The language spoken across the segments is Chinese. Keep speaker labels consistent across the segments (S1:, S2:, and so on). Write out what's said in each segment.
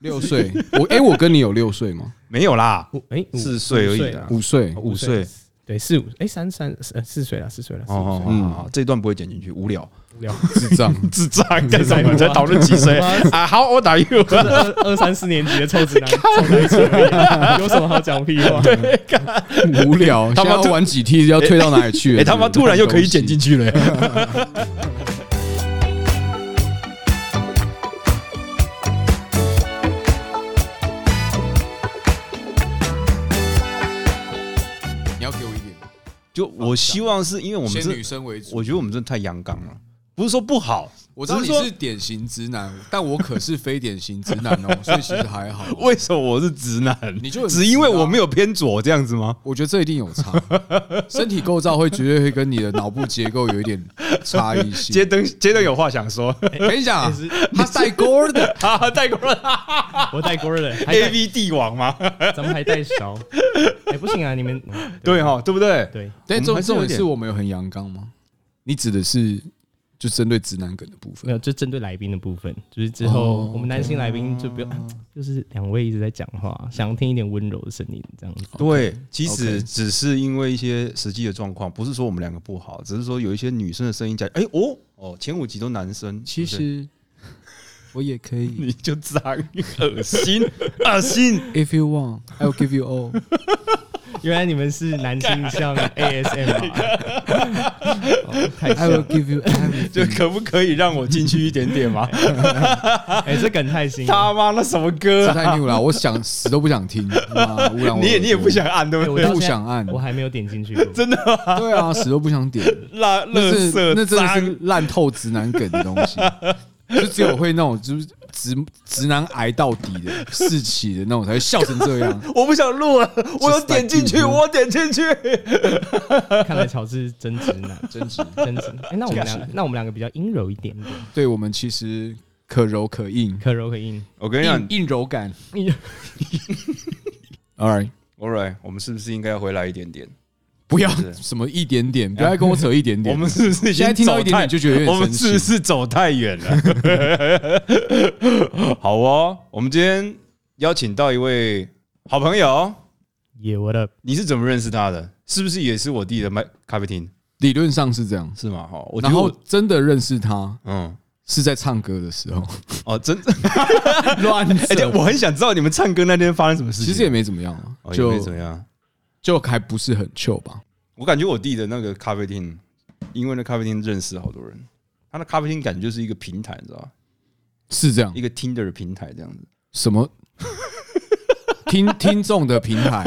S1: 六岁，我哎、我跟你有六岁吗？
S2: 没有啦，
S3: 五哎五
S2: 四岁而已啦
S3: 啦，
S1: 五岁
S2: 哦，五岁。
S3: 对四五哎三三四四岁了，四岁了，四
S2: 哦哦
S3: 岁
S2: 哦，哦哦这一段不会剪进去，无聊，
S3: 无聊。
S1: 智障。
S2: 智障，干什么？在讨论几岁啊？How old are you？
S3: 就是二二三四年级的臭直 男凑在一起而已，有什么好讲屁话？对，
S1: 无聊，
S2: 他
S1: 他
S2: 妈
S1: 妈
S2: 突
S1: 玩几 T 要退到哪里去了？
S2: 哎，他妈突然又可以剪进去了。
S1: 你要给我一点，
S2: 就我希望是因为我们
S1: 先女
S2: 是，
S1: 生为主。
S2: 我觉得我们真的太阳刚了，不是说不好，
S1: 我知道
S2: 只
S1: 你
S2: 是说
S1: 是典型直男，但我可是非典型直男 哦，所以其实还好。
S2: 为什么我是直男？
S1: 你就很
S2: 只因为
S1: 直啊
S2: 我没有偏左这样子吗？
S1: 我觉得这一定有 差，身体构造会绝对会跟你的脑部结构有一点差异
S2: 街
S1: 性。
S2: 灯，街灯有话想说，
S1: 我跟你
S2: 哎
S1: 讲啊，他带锅的，
S2: 啊，带过了
S3: 我带锅了，还
S2: A
S3: 带
S2: V 帝王吗？
S3: 咱们还带勺，哎，不行啊，你们
S2: 对哈，对不对？
S3: 对，
S1: 但
S2: 我
S1: 重
S2: 们还是
S1: 重
S2: 有点
S1: 点是我们有很阳刚吗？你指的是就针对直男梗的部
S3: 没
S1: 分？
S3: 有，就针对来宾的部分，就是之
S1: 哦
S3: 后我们男性来宾就不要，啊就是两位一直在讲话，想听一点温柔的声音这样子。
S2: 对，其实
S1: OK
S2: 只是因为一些实际的状况，不是说我们两个不好，只是说有一些女生的声音在，哎、哦哦，前五集都男生，
S1: 其
S2: 对
S1: 实我也可以。
S2: 你就脏，恶心，恶心，
S1: If you want, I'll give you all。
S3: 原来你们是男性向 ASM 啊，哦太像
S1: I
S3: 了
S1: will，give you
S2: 就
S1: everything。
S2: 可不可以让我进去一点点嘛？
S3: 哎，这梗太新了，
S2: 他妈那什么歌
S1: 这
S2: 啊？
S1: 太 new 了，我想死都不想听。啊污染我
S2: 你也你也不想按对
S3: 哎
S2: 不
S3: 我
S2: 对？
S3: 到
S1: 不
S3: 现在
S1: 想按
S3: 我还没有点进去过，
S2: 真的吗，
S1: 对啊，死都不想点。
S2: 那
S1: 那
S2: 乐
S1: 是
S2: 色
S1: 那真的
S2: 脏
S1: 是烂透直男梗的东 西，就只有会那种就是直直男癌到底的四起的那种才会笑成这样。
S2: 我不想录了，我有点进去，
S1: Just like you.
S2: 我有点进去。
S3: 看来乔治真直男，
S1: 真直，
S3: 真直。哎，那我们两个，那我们两个比较阴柔一点点，
S1: 对我们其实可柔可硬，
S3: 可柔可硬。
S2: 我跟你讲
S1: 硬硬柔感。
S3: 硬
S1: All right，
S2: ，All right，我们是不是应该回来一点点？
S1: 不要
S2: 是
S1: 什么一点点，不要再跟我扯一点点。
S2: 我们是不是已经
S1: 现在听到
S2: 走
S1: 一点点就觉得有
S2: 太我
S1: 点
S2: 们
S1: 生
S2: 是不
S1: 气。
S2: 是走太远了？ 好哦，我们今天邀请到一位好朋友，
S3: Yeah, what up？
S2: 你是怎么认识他的？是不是也是我弟的麦咖啡厅？
S1: 理论上是这样，
S2: 是吗？哈，我觉
S1: 然
S2: 得
S1: 后
S2: 我
S1: 真的认识他
S2: 嗯，
S1: 是在唱歌的时 候，
S2: 哦，
S1: 哎
S2: 真的，
S1: 乱
S2: 哎，对，我很想知道你们唱歌那天发生什么事情。
S1: 其实也没怎么样啊
S2: 哦，也
S1: 就
S2: 没怎么样，
S1: 就还不是很 chill 吧。
S2: 我感觉我弟的那个咖啡厅，因为那咖啡厅认识好多人，他的咖啡厅感觉就是一个平台，你知道吧？
S1: 是这样
S2: 一，个 Tinder 的平台这样子，
S1: 什 么听听众的平台，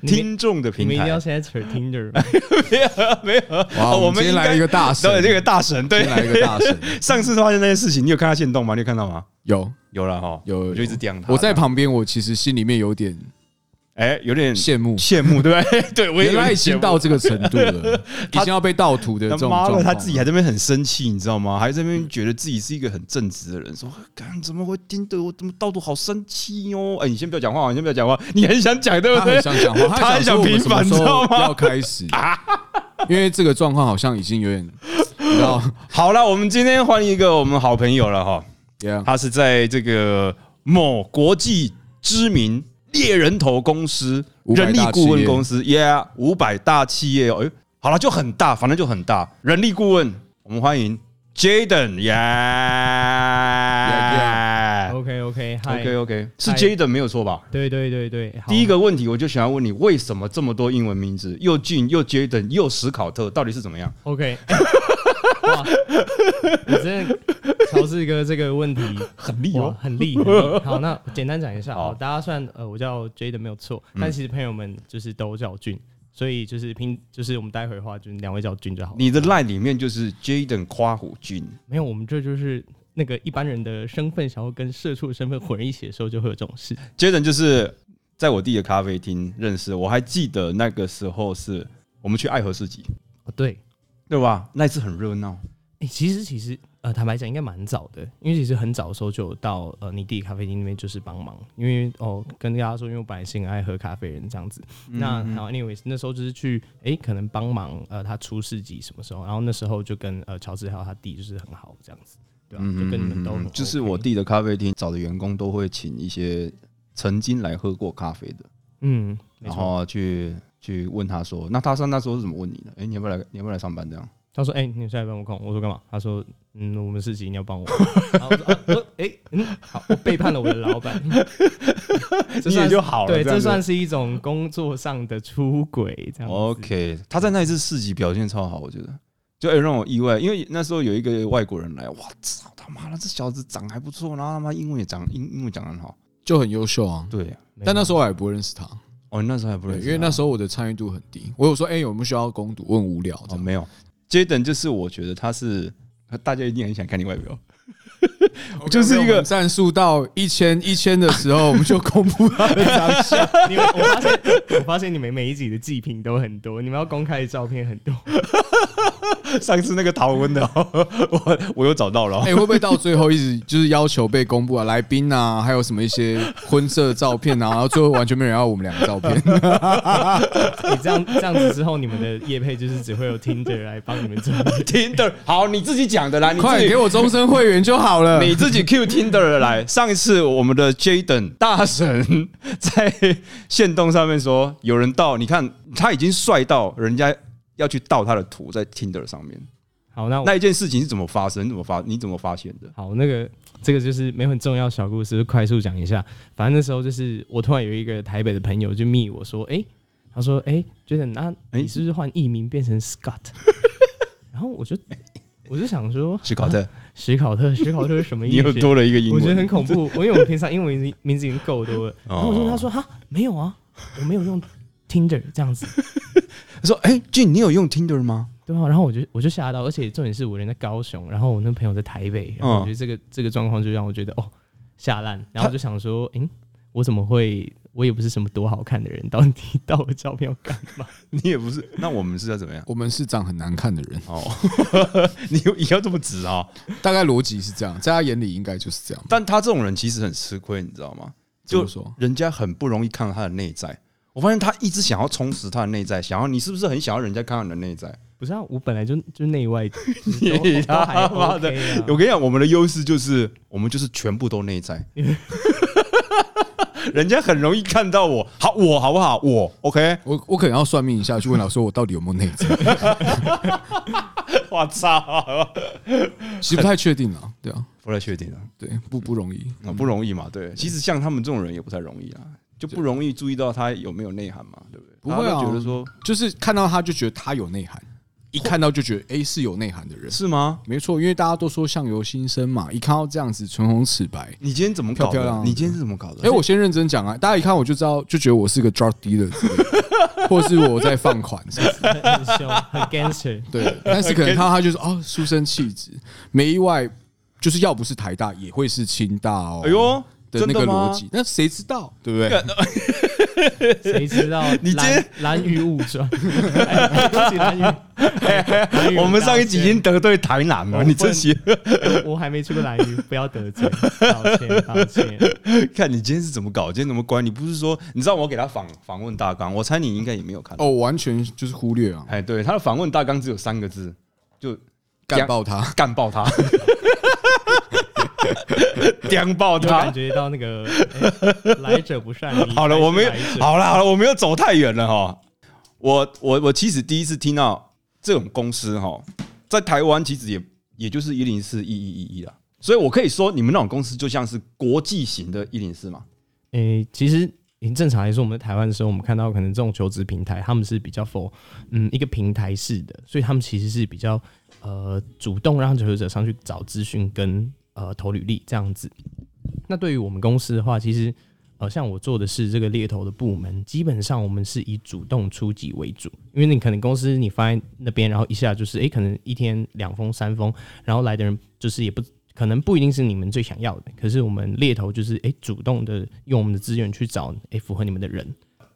S3: 你们
S2: 听众的
S3: 你
S2: 平
S3: 们一定
S2: 台
S3: 要。现在扯 Tinder 吗？
S2: 没有没有，
S1: 哇，
S2: 哦
S1: 我们今天来了一个大神，
S2: 对，这个大神，
S1: 今
S2: 对
S1: 天，来了一个大神，
S2: 上次发生那件事情，你有看他现动吗？你有看到吗？
S1: 有
S2: 有了哈，
S1: 有有
S2: 我就一直盯他。
S1: 我在，旁边，我其实心里面有点
S2: 哎，有点
S1: 羡慕，
S2: 羡慕，对不对？ 对，我也
S1: 原
S2: 有
S1: 来
S2: 点
S1: 已
S2: 羡
S1: 经
S2: 慕。
S1: 到这个程度了， 已经要被盗图的这
S2: 他
S1: 种
S2: 妈
S1: 状
S2: 的，
S1: 况，啊
S2: 他自己还在那边很生气，你知道吗？还在那边觉得自己是一个很正直的人，说干怎么会听得我怎么到处好生气哦？哎，你先不要讲话，你先不要讲话，你很想讲对不
S1: 他很
S2: 对？
S1: 想讲话，
S2: 他很
S1: 想
S2: 想
S1: 说我们
S2: 平
S1: 什么
S2: 反
S1: 时
S2: 知道
S1: 候
S2: 吗
S1: 要开始，因为这个状况好像已经有点，你知道，
S2: 好了，我们今天换一个我们好朋友了哈，
S1: 这样
S2: 他是在这个某国际知名猎人头公司、
S1: 500
S2: 人力顾问公司，Yeah，五百大企业哦。哎，好了，就很大，反正就很大。人力顾问，我们欢迎 Jaden，Yeah。
S3: OK OK，嗨
S2: OK OK，是
S3: 嗨
S2: Jaden 没有错吧？
S3: 对对对对，好
S2: 第一个问题我就想要问你，为什么这么多英文名字？又俊又 Jaden 又史考特，到底是怎么样？
S3: OK，哇，你真的乔治哥这个问题
S2: 很厉
S3: 哇，
S2: 哦，
S3: 很厉 很厉好，那我简单讲一下，
S2: 好嗯
S3: 好，大家虽然呃我叫 J 的没有错，但其实朋友们就是都叫俊，所以就是拼就是我们待会的话就是两位叫俊就好了。
S2: 你的 line 里面就是 Jaden 夸虎俊，
S3: 没有，我们这就是那个一般人的身份想要跟社畜的身份混一起的时候就会有这种事。
S2: Jaden 就是在我弟的咖啡厅认识，我还记得那个时候是我们去爱河市集，
S3: 哦，对，
S2: 对吧？那一次很热闹，
S3: 欸，其实其实呃，坦白讲，应该蛮早的，因为其实很早的时候就有到呃你弟咖啡厅那边就是帮忙，因为哦跟大家说，因为我本来是很爱喝咖啡的人这样子。
S2: 嗯
S3: 那然后 anyways 那时候就是去诶，可能帮忙呃他出事集什么时候，然后那时候就跟呃乔治还有他弟就是很好这样子。对吧、
S2: 嗯
S3: 就跟你们都很 OK、
S2: 啊就是我弟的咖啡厅找的员工都会请一些曾经来喝过咖啡的，
S3: 嗯，没
S2: 然
S3: 错。
S2: 后去去问他说，那他上那时候是怎么问你的？哎、你要不要来？你要不要来上班？这样，
S3: 他说：“哎、你下来帮我控。”我说：“干嘛？”他说：“嗯，我们事情你要 帮我。”然后我说：“啊我说哎、嗯，好，我背叛了我的 老板。 这
S2: 你
S3: 算
S2: 也
S3: 是
S2: 就好了。
S3: 对，
S2: 这样
S3: 这
S2: 子
S3: 算是一种工作上的出轨，这样子。
S2: OK，他在那一次市集表现超好，我觉得就、欸、让我意外，因为那时候有一个外国人来，哇操他妈的，这小子长还不错，然后他妈英文也讲英英文讲得很好，
S1: 就很优秀啊。
S2: 对，
S3: 没有
S1: 但那时候我也不会认识他，
S2: 哦，你那时候还不
S1: 对，
S2: 认识他，
S1: 因为那时候我的参与度很低。我有说，哎，有没有需要攻读？问无聊这
S2: 哦
S1: 样，
S2: 没有，Jaden 就是我觉得他是大家一定很想看你外表，哦就是一个
S1: 我们战术到一千一千的时候，我们就公布他的长相。
S3: 你们，我发现，我发现你们每一集的祭品都很多，你们要公开的照片很 多。
S2: 上次那个逃婚的 哦，我我又找到了哦。
S1: 哎，会不会到最后一直就是要求被公布啊？来宾啊，还有什么一些婚摄照片啊，然后最后完全没有人要我们两个照 片。
S3: 你这样这样子之后，你们的业配就是只会有 Tinder 来帮你们 做。
S2: Tinder，好，你自己讲的啦，你自
S1: 快
S2: 己
S1: 给我终身会员就好了。
S2: 你自己 Q Tinder 的来。上一次我们的 Jaden 大神 在线动上面说，有人盗，你看他已经帅到人家要去盗他的图在 Tinder 上面。
S3: 好，那我
S2: 那一件事情是怎么发生？你怎么发？你怎么发现的？
S3: 好，那个这个就是没有很重要小故事，快速讲一下。反正那时候就是我突然有一个台北的朋友就密我说，哎、他说，哎、觉得那
S2: 诶
S3: 你是不是换艺名变成 Scott？然后我就我就想说，啊
S2: 史考特，
S3: 史考特，史考特是什么
S2: 你
S3: 意思
S2: 又？多了一个英
S3: 我觉得
S2: 文哦
S3: 很。恐 怖，我因为我们平常英文名字名字已经够多了。然后我就跟他说，哈，没有啊，我没有用 Tinder 这样子。
S2: 他说：“哎、俊，你有用 Tinder 吗
S3: 对啊，然后我就我就吓到，而且重点是我人在高雄，然后我那朋友在台北，然
S2: 哦
S3: 后我觉得这个、这个状况就让我觉得哦吓烂，然后我就想说，嗯，我怎么会？我也不是什么多好看的人，到底盗我照片要干 嘛？？”
S2: 你也不是，那我们是要怎么样？
S1: 我们是长很难看的人，
S2: 哦， 你也要这么直啊、
S1: 大概逻辑是这样，在他眼里应该就是这样。
S2: 但他这种人其实很吃亏，你知道吗？
S1: 怎
S2: 就
S1: 么说
S2: 人家很不容易看到他的内在。我发现他一直想要充实他的内在，想要你是不是很想要人家看到你的内在？
S3: 不是啊，我本来就就内外，
S2: 你
S3: 都都
S2: 他
S3: 还
S2: 妈的
S3: OK 啊
S2: 我跟你讲，我们的优势就是我们就是全部都内 在，人家很容易看到我，好我好不好？我 OK，
S1: 我我可能要算命一下，去问他说我到底有没有内在，
S2: 我操，
S1: 其实不太确定啊，对啊，
S2: 不太确定啊，
S1: 对，不不容易。
S2: 啊不容易嘛，
S1: 嗯
S2: 对。其实像他们这种人也不太容易啊，就不容易注意到他有没有内涵嘛，对不对？
S1: 不会啊
S2: 大家都觉得说
S1: 就是看到他就觉得他有内涵，一看到就觉得诶是有内涵的人，
S2: 是吗？
S1: 没错，因为大家都说相由心生嘛，一看到这样子唇红齿白。
S2: 你今天怎么搞
S1: 漂漂亮
S2: 的？
S1: 亮
S2: 你今天是怎么搞的？
S1: 诶，我先认真讲啊，大家一看我就知道，就觉得我是个 drug dealer 之类的， 或是我在放款之类的，
S3: 很啊很凶，很 gangster。
S1: 对。但是可能看到他就是哦，书生气质，没意外，就是要不是台大也会是清大哦。
S2: 哎呦，
S1: 的那
S2: 真
S1: 个
S2: 吗
S1: 逻辑，那谁知道，对不对？
S3: 谁知 道
S2: 你今天
S3: 蓝蓝鱼误 转？哎对不起蓝鱼，哎蓝鱼
S2: 我们上一集已经得罪台南了，
S3: 我
S2: 你这集
S3: 我还没去过蓝鱼，不要得 罪，抱歉抱歉。
S2: 看你今天是怎么搞，今天怎么关？你不是说你知道我给他访访问大纲，我猜你应该也没有看。
S1: 哦，完全就是忽略啊，
S2: 哎，对，他的访问大纲只有三个字，就
S1: 干爆他！
S2: 干 爆他， 颠爆
S3: 有
S2: 他
S3: 感。觉到那个、哎来者不善。你
S2: 好了，
S3: 还是
S2: 我没有
S3: 来者
S2: 好了，好了，我没有走太远了哈。我我我其实第一次听到这种公司哈，在台湾其实也也就是一零四一一一一啦，所以我可以说你们那种公司就像是国际型的一零四嘛。
S3: 诶、其实你正常来说，我们在台湾的时候，我们看到可能这种求职平台，他们是比较 for 嗯一个平台式的，所以他们其实是比较呃主动让求职者上去找资讯跟呃投履历这样子。那对于我们公司的话，其实呃像我做的是这个猎头的部门，基本上我们是以主动出击为主，因为你可能公司你放在那边，然后一下就是诶、可能一天两封三封，然后来的人就是也不可能不一定是你们最想要的，可是我们猎头就是诶、主动的用我们的资源去找诶、符合你们的人，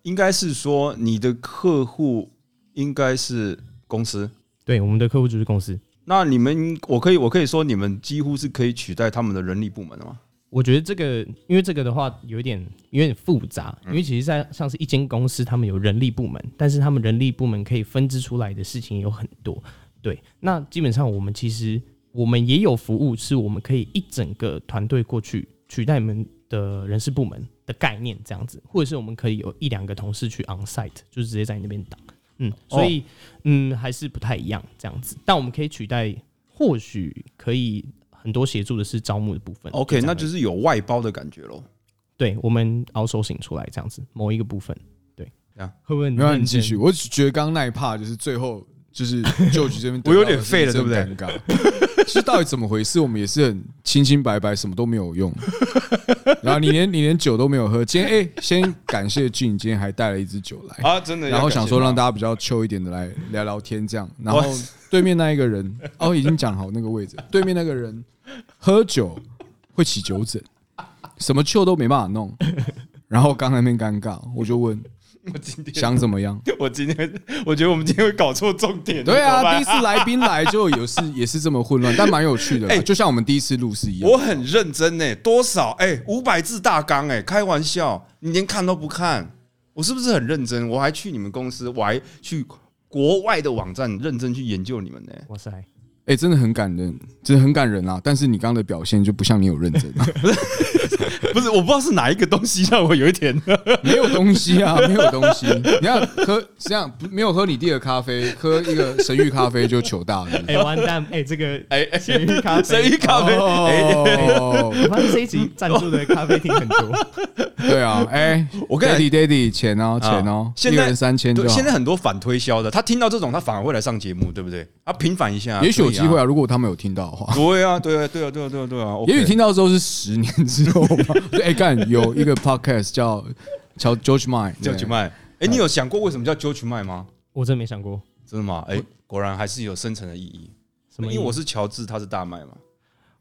S2: 应该是说你的客户应该是公司。
S3: 对，我们的客户就是公司。
S2: 那你们，我可以，我可以说，你们几乎是可以取代他们的人力部门的吗？
S3: 我觉得这个，因为这个的话有一点有点复杂，因为其实在像是一间公司，他们有人力部门，但是他们人力部门可以分支出来的事情有很多。对，那基本上我们其实我们也有服务，是我们可以一整个团队过去取代你们的人事部门的概念这样子，或者是我们可以有一两个同事去 on site，就是直接在你那边打。嗯，所以、嗯还是不太一样这样子，但我们可以取代，或许可以很多协助的是招募的部分。
S2: OK，
S3: 这样
S2: 那
S3: 而已
S2: 就是有外包的感觉喽。
S3: 对我们 outsourcing 出来这样子某一个部分。对
S2: 这样，
S3: 会不会很
S1: 没有，啊
S3: 认
S1: 你继
S3: 真
S1: 续。我只觉得刚刚那一趴就是最后就是 旧局这边，
S2: 我有点废了对不对
S1: 尴尬，是到底怎么回事？我们也是很清清白白，什么都没有用。然后你连你连酒都没有喝，今天哎、先感谢俊，今天还带了一支酒来。
S2: 啊，真的要
S1: 然后想说让
S2: 感谢
S1: 大家比较 chill 一点的来聊聊天，这样。然后对面那一个人，哦，已经讲好那个 位置。对面那个人喝酒会起酒疹，什么 chill 都没办法弄。然后刚才那边尴尬，我就问
S2: 他我今天
S1: 想怎么样？
S2: 我今天我觉得我们今天会搞错重点。
S1: 对
S2: 怎么
S1: 啊，
S2: 办
S1: 第一次来宾来就有是也是这么混乱，但蛮有趣的啦，
S2: 哎
S1: 就像我们第一次录是一样
S2: 我。很认真呢、多少哎，五、0百字大纲哎、开玩笑，你连看都不看，我是不是很认真？我还去你们公司，我还去国外的网站认真去研究你们呢、
S3: 哇塞，
S1: 哎，真的很感人，真的很感人啊！但是你刚刚的表现就不像你有认真，啊
S2: 不是，我不知道是哪一个东西让我有 一点
S1: 没有东西啊，没有东西。你看喝这样不没有喝你弟的咖啡，喝一个神域咖啡就糗大了。
S3: 哎、完蛋，哎、这个
S2: 哎 哎，
S3: 咸鱼 咖啡，
S2: 生意咖啡，哎、
S1: 哦，
S3: 我发现这一集赞助的咖啡厅很多，
S1: 对啊，哎，
S2: 我跟你
S1: daddy daddy 钱哦
S2: 啊
S1: 钱哦，
S2: 现
S1: 一
S2: 在
S1: 个人三千就
S2: 对，
S1: 好
S2: 现。在很多反推销的，他听到这种，他反而会来上节目，对不对？啊，平反一下，
S1: 也许有机会
S2: 啊。
S1: 啊，如果他们有听到的 话。
S2: 对啊，对啊，对啊，对啊，对啊，对啊。
S1: 也许听到之后是十年之后吧。 对哎，干有一个 podcast 叫叫 George Mine，。
S2: 叫去卖。哎，你有想过为什么叫 Joe 去卖吗？
S3: 我真没想过
S2: 真的吗？哎，果然还是有深层的意义。
S3: 什么意义。
S2: 因为我是乔治，他是大麦嘛。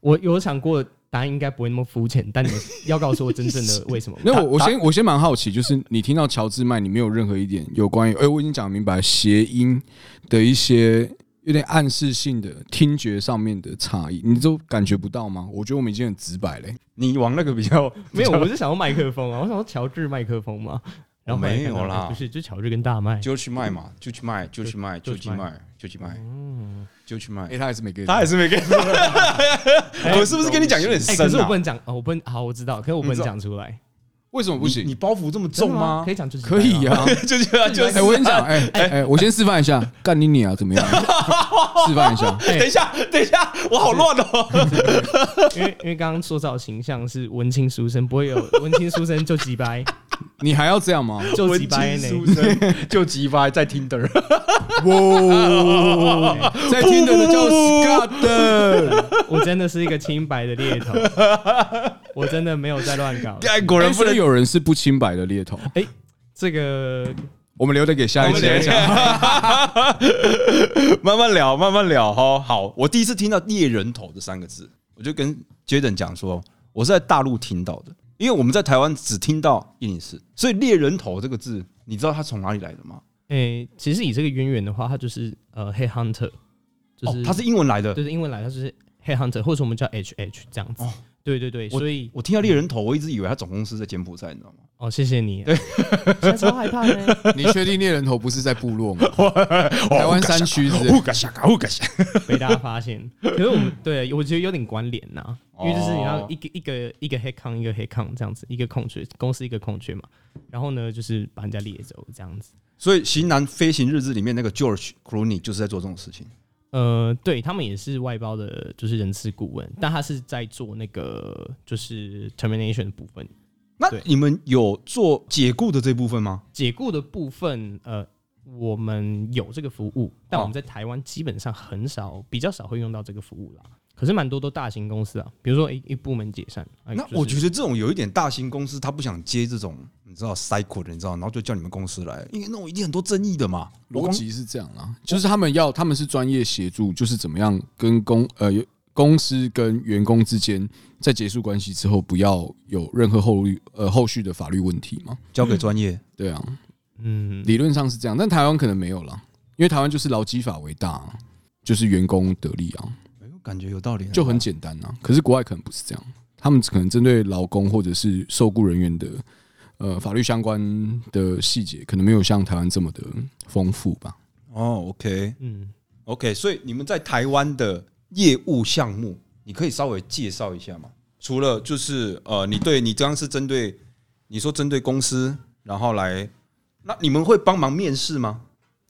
S3: 我有想过答案应该不会那么肤浅，但你们要告诉我真正的为什么
S1: 那我我先我先蛮好奇，就是你听到乔治麦，你没有任何一点有关于，哎、我已经讲明白谐音的一些有点暗示性的听觉上面的差异，你都感觉不到吗？我觉得我们已经很直白嘞、欸
S2: 你往那个比较
S3: 没有，我是想要麦克风啊，我想要乔治麦克风嘛。然后后来
S2: 没有
S3: 看到
S2: 啦
S3: 不啊是，就乔治跟大麦。
S2: 就去卖嘛，就去卖，就去卖，就
S3: 就
S2: 去
S3: 去
S2: 卖，就去卖，就去
S1: 哎、
S2: 卖。
S1: 他还是没给你，
S2: 他还是没给， 我是不是跟你讲有点
S3: 哎、
S2: 深
S3: 可是我
S2: 啊
S3: 不？能讲哦，我不能好，我知道，可是我不
S2: 你知
S3: 能
S2: 道
S3: 讲出来，
S1: 为什么不
S2: 你你
S1: 行？
S2: 包袱这么重
S3: 真的
S2: 吗
S3: 可？以讲就是
S1: 可以呀、啊。
S2: 就是 就
S1: 哎、
S2: 是，
S1: 我跟你讲，哎、哎、我先示范一下，干你你啊，怎么样？ 示范一下，
S2: 等一下，等一下，我好乱哦。
S3: 因为因为刚刚塑造形象是文青书生，不会有 文青书生就几掰，
S1: 你还要这样吗？
S3: 就几掰 呢。
S2: 生 就急掰，在听的人。
S1: 哇，在听的人叫 Scott 的。
S3: 我真的是一个清白的猎 头，我真的没有在乱搞。
S2: 哎，果然
S1: 哎
S2: 不
S1: 所
S2: 能
S1: 以有人是不清白的猎头，
S3: 哎、这个
S1: 我们留着给下一
S3: 我
S1: 期
S3: 们
S1: 来
S3: 留
S1: 讲
S3: 着。
S2: 慢慢聊，慢慢聊哈。好，我第一次听到“猎人头”这三个字，我就跟 Jaden 讲说，我是在大陆听到的，因为我们在台湾只听到一零四，所以“猎人头”这个字，你知道它从哪里来的吗？
S3: 诶、其实以这个渊源的话，它就是呃，head hunter，就是、
S2: 哦，它是英文来的。
S3: 就是英文来，它就是 head hunter，或者我们叫 HH 这样子。
S2: 哦
S3: 对对对，所以
S2: 我听到“猎人头”，我一直以为它总公司在柬埔寨，你知道 吗？
S3: 哦，谢谢你。对，现在超害怕呢。
S1: 你确定猎人头不是在部落 吗？
S3: 哦
S1: 台湾山区是不是
S2: 呼嘎下嘎呼嘎下，
S3: 被大家发现，可是我们对我觉得有点关联呐、因为就是你要
S2: 哦
S3: 一个一个一个 head count，一个 head count 这样子，一个空缺公司一个空缺嘛，然后呢就是把人家猎走这样子。
S2: 所以《型男飞行日志》里面那个 George Clooney 就是在做这种事情。
S3: 呃，对他们也是外包的，就是人事顾问，但他是在做那个就是 termination 的部分。
S2: 那
S3: 对
S2: 你们有做解雇的这部分吗？
S3: 解雇的部分，呃，我们有这个服务，但
S2: 哦
S3: 我们在台湾基本上很少，比较少会用到这个服务啦。可是蛮多都大型公司啊，比如说一一部门解散，哎
S2: 那
S3: 就是
S2: 我觉得这种有一点大型公司，他不想接这种你知道 cycle 的，你知道，然后就叫你们公司来，因为那种一定很多争议的嘛。
S1: 逻辑是这样啊，就是他们要他们是专业协助，就是怎么样跟公呃公司跟员工之间在结束关系之后，不要有任何后律呃后续的法律问题嘛。
S2: 交给专业，哎
S1: 对啊，
S3: 嗯，
S1: 理论上是这样，但台湾可能没有啦，因为台湾就是劳基法为大啊、就是员工得利啊，
S2: 哎呦感觉有道理，
S1: 就很简单啊。可是国外可能不是这样，他们可能针对劳工或者是受雇人员的呃法律相关的细节，可能没有像台湾这么的丰富吧。
S2: 哦。OK
S3: 嗯，
S2: OK，所以你们在台湾的业务项目，你可以稍微介绍一下吗？除了就是呃，你对你刚刚是针对你说针对公司，然后来，那你们会帮忙面试吗？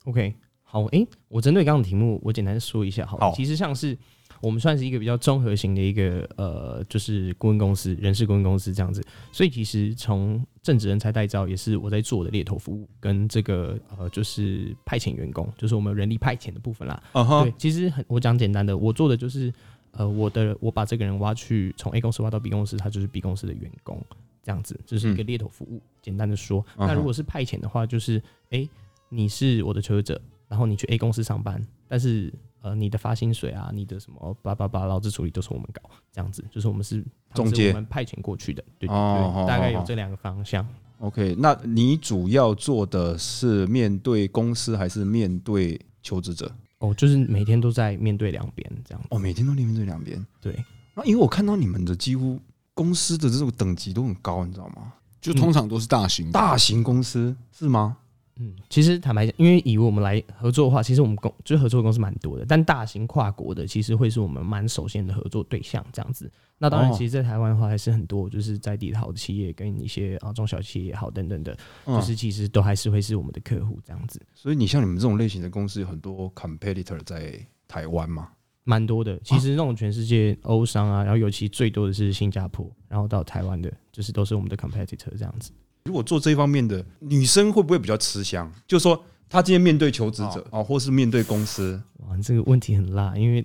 S3: OK，好，诶、我针对刚刚的题目，我简单说一下好了。
S2: 好
S3: 其实像是我们算是一个比较综合型的一个呃，就是顾问公司、人事顾问公司这样子，所以其实从正职人才代招也是我在做我的猎头服务跟这个呃，就是派遣员工，就是我们人力派遣的部分啦。
S2: 啊哈
S3: 对，其实很我讲简单的，我做的就是呃，我的我把这个人挖去从 A 公司挖到 B 公司，他就是 B 公司的员工，这样子，这、是一个猎头服务。简单的说，
S2: 嗯嗯哼
S3: 那如果是派遣的话，就是哎、诶你是我的求职者，然后你去 A 公司上班，但是呃，你的发薪水啊，你的什么叭叭叭劳资处理都是我们搞，这样子，就是我们是他们
S2: 中
S3: 是
S2: 介
S3: 我们派遣过去的，对对对，
S2: 哦好
S3: 大概
S2: 好
S3: 有
S2: 好
S3: 这两个方向。
S2: ，OK，那你主要做的是面对公司还是面对求职者？
S3: 哦，就是每天都在面对两边这样，
S2: 哦，每天都面对两边。
S3: 对，
S2: 那因为我看到你们的几乎公司的这种等级都很高，你知道吗？
S1: 就通常都是大型的，
S2: 嗯大型公司是吗？
S3: 嗯，其实坦白讲，因为以我们来合作的话，其实我们公就是合作的公司蛮多的，但大型跨国的其实会是我们蛮首先的合作对象这样子。那当然，
S2: 哦
S3: 其实，在台湾的话，还是很多就是在地的好的企业跟一些啊中小企业也好等等的，
S2: 嗯
S3: 就是其实都还是会是我们的客户这样子，
S2: 所以你像你们这种类型的公司，有很多 competitor 在台湾嘛？
S3: 蛮多的。其实那种全世界欧商啊，然后尤其最多的是新加坡，然后到台湾的，就是都是我们的 competitor 这样子。
S2: 如果做这方面的女生会不会比较吃香？就说她今天面对求职者啊、哦或是面对公司，
S3: 哇，你这个问题很辣，因为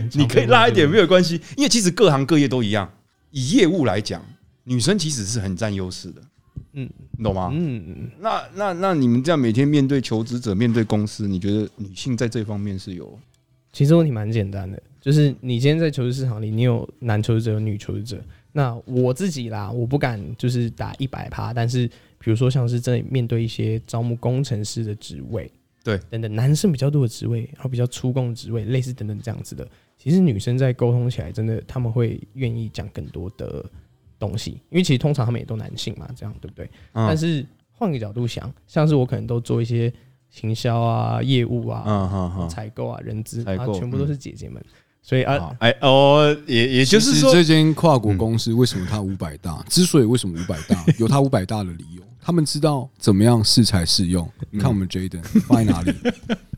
S2: 你可以拉一点没
S3: 有？
S2: 有关系，因为其实各行各业都一样。以业务来讲，女生其实是很占优势的，
S3: 嗯
S2: 你懂吗？
S3: 嗯，
S2: 那那那你们这样每天面对求职者、面对公司，你觉得女性在这方面是有
S3: 其实问题蛮简单的，就是你今天在求职市场里，你有男求职者有女求职者。那我自己啦，我不敢就是打一百趴，但是比如说像是在面对一些招募工程师的职位，
S2: 对，
S3: 等等男生比较多的职位，然后比较出工的职位，类似等等这样子的，其实女生在沟通起来，真的他们会愿意讲更多的东西，因为其实通常他们也都男性嘛，这样对不对？
S2: 嗯
S3: 但是换个角度想，像是我可能都做一些行销啊、业务啊，
S2: 嗯嗯嗯
S3: 采购啊、人资
S2: 采
S3: 啊，
S2: 购嗯
S3: 全部都是姐姐们，所以啊，
S2: 好哎哦，也也就是
S1: 其实
S2: 说，嗯
S1: 这间跨国公司为什么它五百大？之所以为什么五百大，有它五百大的理由。他们知道怎么样适才适用。
S2: 嗯
S1: 你看我们 Jaden 放在哪里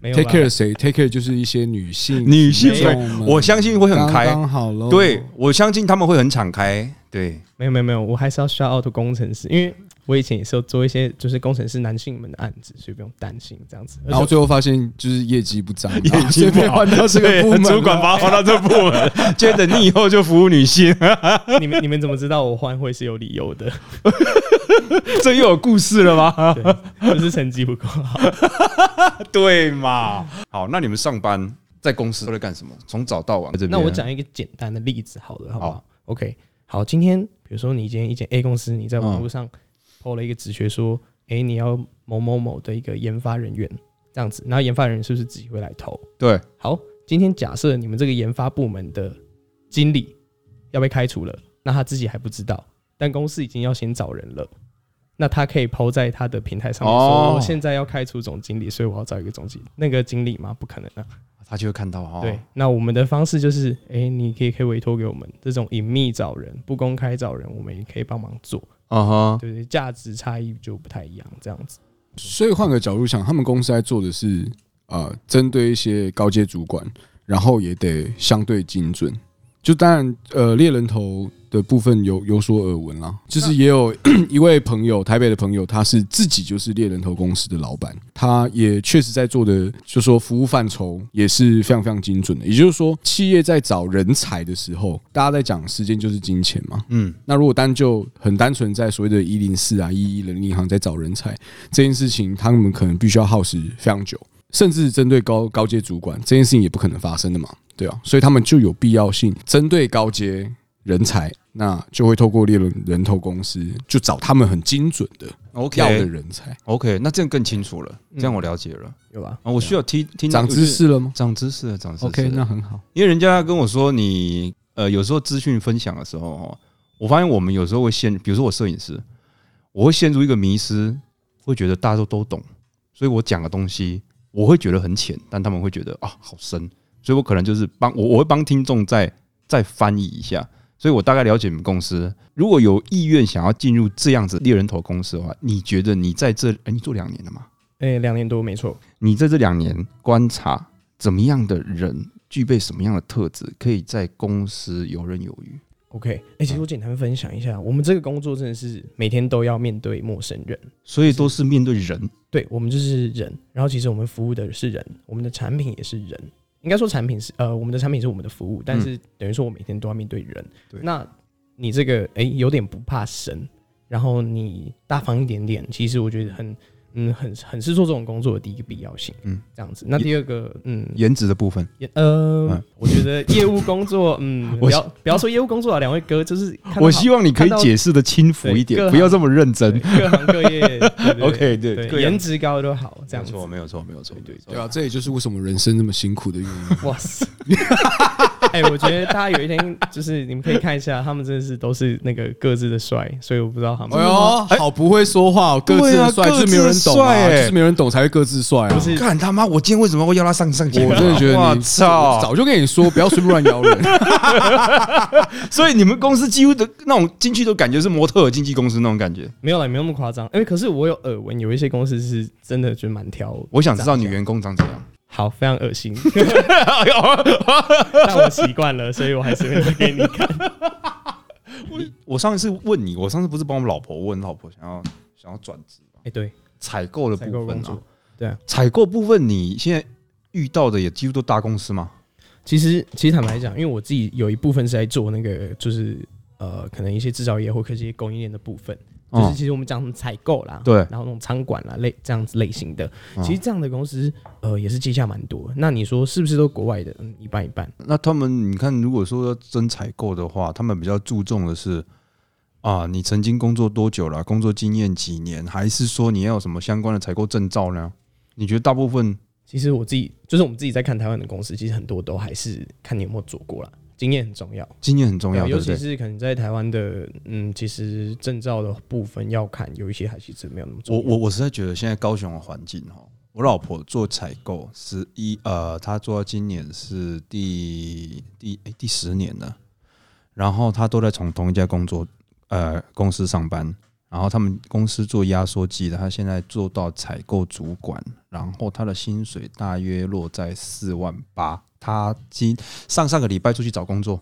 S3: 没有
S1: ？Take
S3: 啦
S1: care 谁？Take care 就是一些女性
S2: 女性
S1: 听众们
S2: 我相信会很开，
S1: 刚刚哦好喽。
S2: 对我相信他们会很敞开， 对，
S3: 没有没有没有，我还是要 shout out 工程师，因为我以前也是有做一些就是工程师男性们的案子，所以不用担心这样子。
S1: 然后最后发现就是业绩不彰，
S2: 业绩
S1: 被换到这个部门了，啊
S2: 主管把我换到这部门， 接着你以后就服务女性，
S3: 而且你们你们怎么知道我换会是有理由的？
S2: 这又有故事了吗？
S3: 对，就是成绩不够好。
S2: 对嘛？好，那你们上班在公司都在干什么？从早到晚在这边。
S3: 那我讲一个简单的例子好了，好不好
S2: 好
S3: o k 好，今天比如说你今天一间 A 公司，你在网络上
S2: 嗯
S3: PO 了一个职缺，说，诶，你要某某某的一个研发人员这样子，然后研发人员是不是自己会来投？
S2: 对，
S3: 好，今天假设你们这个研发部门的经理要被开除了，那他自己还不知道，但公司已经要先找人了。那他可以抛在他的平台上面说：“
S2: 哦
S3: 我现在要开除总经理，所以我要找一个总经理。”那个经理吗？不可能啊！
S2: 他就会看到哦哈。
S3: 对，那我们的方式就是：诶，你可以可以委托给我们这种隐秘找人、不公开找人，我们也可以帮忙做，
S2: 啊哈，
S3: 对不对？价值差异就不太一样，这样子。
S1: 所以换个角度想，他们公司在做的是呃，针对一些高阶主管，然后也得相对精准。就当然，呃，猎人头的部分有有所耳闻啦，就是也有一位朋友，台北的朋友，他是自己就是猎人头公司的老板，他也确实在做的，就说服务范畴也是非常非常精准的。也就是说，企业在找人才的时候，大家在讲时间就是金钱嘛，
S2: 嗯，
S1: 那如果单就很单纯在所谓的“一零四”啊、“一一人力银行”在找人才这件事情，他们可能必须要耗时非常久，甚至针对高高阶主管这件事情也不可能发生的嘛，对啊，所以他们就有必要性针对高阶人才，那就会透过猎人人头公司就找他们很精准的要的
S2: OK
S1: 人才。
S2: OK，那这样更清楚
S3: 嗯
S2: 了，这样我了解了。
S3: 有吧？
S2: 啊，我需要听听
S1: 嗯长知，识了吗
S2: 长知识了，长知识了。
S1: ？OK，那很好。
S2: 因为人家跟我说你呃，有时候资讯分享的时候哦，我发现我们有时候会陷，比如说我摄影师，我会陷入一个迷失，会觉得大家都都懂，所以我讲的东西我会觉得很浅，但他们会觉得啊好深，所以我可能就是帮我我会帮听众再再翻译一下，所以我大概了解你们公司。如果有意愿想要进入这样子猎人头公司的话，你觉得你在这哎、你做两年了嘛？
S3: 哎，两年多没错。
S2: 你在这两年观察怎么样的人具备什么样的特质，可以在公司游刃有余？
S3: OK，哎、其实我简单分享一下，我们这个工作真的是每天都要面对陌生人，
S2: 所以都是面对人，
S3: 对我们就是人，然后其实我们服务的是人，我们的产品也是人，应该说产品是呃，我们的产品是我们的服务，但是等于说我每天都要面对人。
S2: 嗯对
S3: 那你这个哎、有点不怕神，然后你大方一点点，其实我觉得很嗯很很是做这种工作的第一个必要性，
S2: 嗯
S3: 嗯，这样子。那第二个嗯
S2: 颜值的部分。
S3: 也呃，
S2: 嗯
S3: 我觉得业务工作，嗯，
S2: 我
S3: 不要不要说业务工作啊，两位哥就是看到
S2: 我
S3: 好
S2: 希望你可以
S3: 看到
S2: 解释的轻浮一点，
S3: 对
S2: 不要这么认真
S3: 对。各行各业对对对
S2: OK，对各
S3: 对，
S2: 样
S3: 颜值高都好，这样子。
S2: 没有错，没有错，
S3: 对
S1: 对啊，这也就是为什么人生那么辛苦的原 因。
S3: 哇塞！哎、我觉得大家有一天就是你们可以看一下，他们真的是都是那个各自的帅，所以我不知道他们、
S1: 哎呦，好不会说话、哦，各自
S2: 对啊
S1: 的帅，就是没有人懂
S2: 各自的帅
S1: 啊，
S2: 欸
S1: 就是没有人懂才会各自帅啊。
S3: 不是
S2: 看他妈，我今天为什么会邀他上上节目？
S1: 我真的觉得
S2: 我
S1: 你我
S2: 操！
S1: 早就跟你说不要随便乱摇人。
S2: 所以你们公司几乎的那种进去都感觉是模特儿经纪公司那种感觉。
S3: 没有了，没有那么夸张。因哎为可是我有耳闻，有一些公司是真的就蛮挑。
S2: 我想知道女员工长怎样。
S3: 好，非常恶 心，但我习惯了，所以我还是会给你看。
S2: 我上一次问你，我上次不是帮我老婆问，老婆想要想要转职
S3: 哎、对，
S2: 采购的
S3: 采购
S2: 部分
S3: 工
S2: 啊
S3: 作，，对啊。
S2: 采购部分你现在遇到的也几乎都大公司吗？
S3: 其实，其实坦白讲，因为我自己有一部分是在做那个，就是呃，可能一些制造业或科技供应链的部分，就是
S2: 嗯
S3: 其实我们讲什么采购啦，
S2: 对
S3: 然后那种仓管啦类这样子类型的，
S2: 嗯
S3: 其实这样的公司呃也是接下蛮多。那你说是不是都国外的？嗯，一半一半。
S2: 那他们，你看，如果说要真采购的话，他们比较注重的是啊，你曾经工作多久了，工作经验几年，还是说你要有什么相关的采购证照呢？你觉得大部分
S3: 其实我自己就是我们自己在看台湾的公司，其实很多都还是看你有没有做过啦，经验很重要。
S2: 经验很重要，
S3: 对啊
S2: 对
S3: 尤
S2: 不
S3: 其
S2: 对？
S3: 是可能在台湾的，嗯，其实证照的部分要看，有一些还其实没有那么重
S2: 我
S3: 要。
S2: 我我实在觉得现在高雄的环境哦，我老婆做采购十一呃，她做到今年是第第诶第十年了，然后她都在从同一家工作呃公司上班，然后他们公司做压缩机的，她现在做到采购主管，然后她的薪水大约落在四万八，她今上上个礼拜出去找工作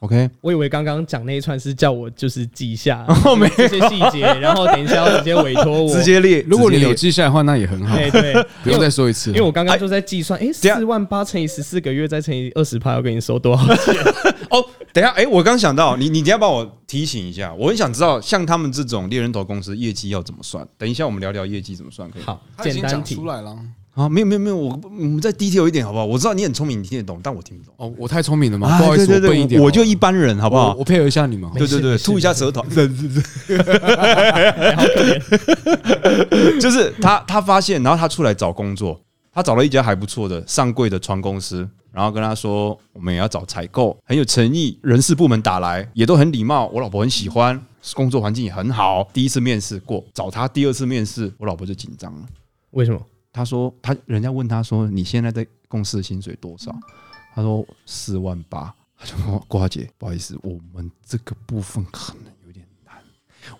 S2: ，OK，
S3: 我以为刚刚讲那一串是叫我就是记一下
S2: 哦没有
S3: 这些细 节，然后等一下要直接委托我。
S2: 接列
S1: 如果你有记下来的话，那也很好，
S3: 哎 对，
S1: 不用再说一次
S3: 因为。我刚刚就在计算，哎，
S2: 等一下
S3: 四万八乘以十四个月，再乘以二十趴，要给你收多少？
S2: 哦，等一下，哎、我刚想到，你你等一下帮我提醒一下，我很想知道，像他们这种猎人头公司业绩要怎么算？等一下我们聊聊业绩怎么算可以吗？
S3: 好，简单题
S1: 出。来了。
S2: 啊，没有没有没有，我我们再 detail 一点好不好？我知道你很聪明，你听得懂，但我听不懂。
S1: 哦，我太聪明了嘛，
S2: 啊
S1: 不好意思，
S2: 对
S1: 我
S2: 对
S1: 笨一
S2: 对，
S1: 点哦。
S2: 我就一般人，好
S1: 好
S2: 不好？
S1: 我配合一下你们。
S2: 对对对，
S3: 没事
S2: 吐一下舌头， 就是他他发现，然后他出来找工作，他找了一家还不错的上柜的船公司，然后跟他说，我们也要找采购，很有诚意，人事部门打来也都很礼貌，我老婆很喜欢，工作环境也很好。第一次面试过，找他第二次面试，我老婆就紧张了。
S3: 为什么？
S2: 他说他人家问他说你现在在公司的薪水多
S3: 嗯
S2: 少？他说四万八。他就说瓜姐，不好意思，我们这个部分可能有点难，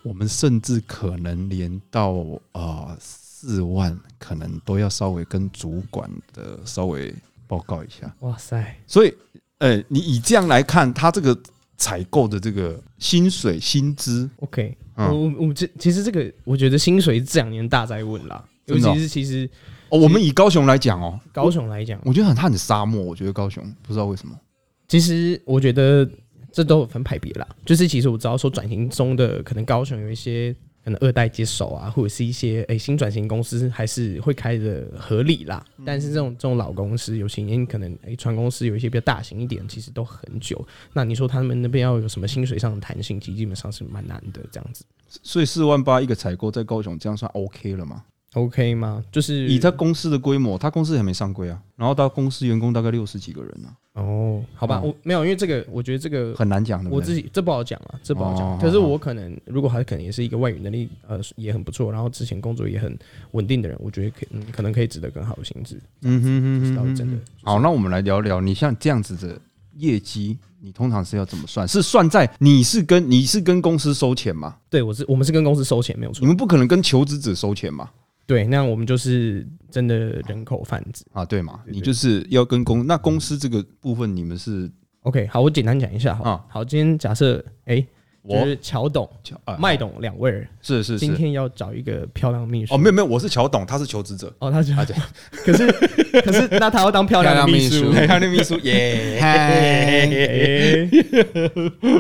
S2: 我们甚至可能连到呃四万，可能都要稍微跟主管的稍微报告一下。
S3: 哇塞，
S2: 所以，呃，你以这样来看，他这个采购的这个薪水薪资，
S3: OK，、
S2: 嗯
S3: 我我我这其实这个我觉得薪水是这两年大在问啦，尤
S2: 真的哦
S3: 其是其实
S2: 哦，我们以高雄来讲哦，
S3: 高雄来讲，
S2: 我觉得很它很沙漠，我觉得高雄不知道为什么。
S3: 其实我觉得这都有分派别啦。就是其实我知道说转型中的可能高雄有一些可能二代接手啊，或者是一些诶、新转型公司还是会开的合理啦。但是这种这种老公司，尤其你可能诶船公司有一些比较大型一点，其实都很久。那你说他们那边要有什么薪水上的弹性，其实基本上是蛮难的这样子。
S2: 所以四万八一个采购在高雄这样算 OK 了吗？
S3: OK 吗？就是
S2: 以他公司的规模，他公司还没上柜啊，然后他公司员工大概六十几个人呢、
S3: 哦，好吧，
S2: 嗯
S3: 我没有，因为这个我觉得这个
S2: 啊，很难讲的。
S3: 我自己这不好讲啊，这不好讲。
S2: 哦
S3: 可是我可能如果他可能也是一个外语能力呃也很不错，然后之前工作也很稳定的人，我觉得可以、嗯、可能可以值得更好的薪资，
S2: 嗯哼
S3: 这
S2: 哼
S3: 是
S2: 哼
S3: 倒是
S2: 哼
S3: 真的
S2: 哼。。好，那我们来聊聊，你像这样子的业绩，你通常是要怎么算？是算在你是跟你是跟公司收钱吗？
S3: 对我是我们是跟公司收钱没有
S2: 你
S3: 错，
S2: 们不可能跟求职者收钱嘛？
S3: 对，那我们就是真的人口贩子。
S2: 啊，对嘛？
S3: 对对
S2: 你就是要跟公那公司这个部分，你们是
S3: OK，好，我简单讲一下好了，
S2: 啊
S3: 好，今天假设哎，就
S2: 我
S3: 是乔董、
S2: 啊
S3: 麦董两位儿
S2: 是是
S3: 今
S2: 是
S3: 天要找一个漂亮秘书
S2: 哦，没有没有，我是乔董，他是求职者，
S3: 哦，他是
S2: 啊对
S3: 可是可是那他要当漂亮的
S1: 漂
S3: 秘书
S1: 亮秘书。
S2: 还有那秘书 耶。
S1: 嗨，
S3: 哎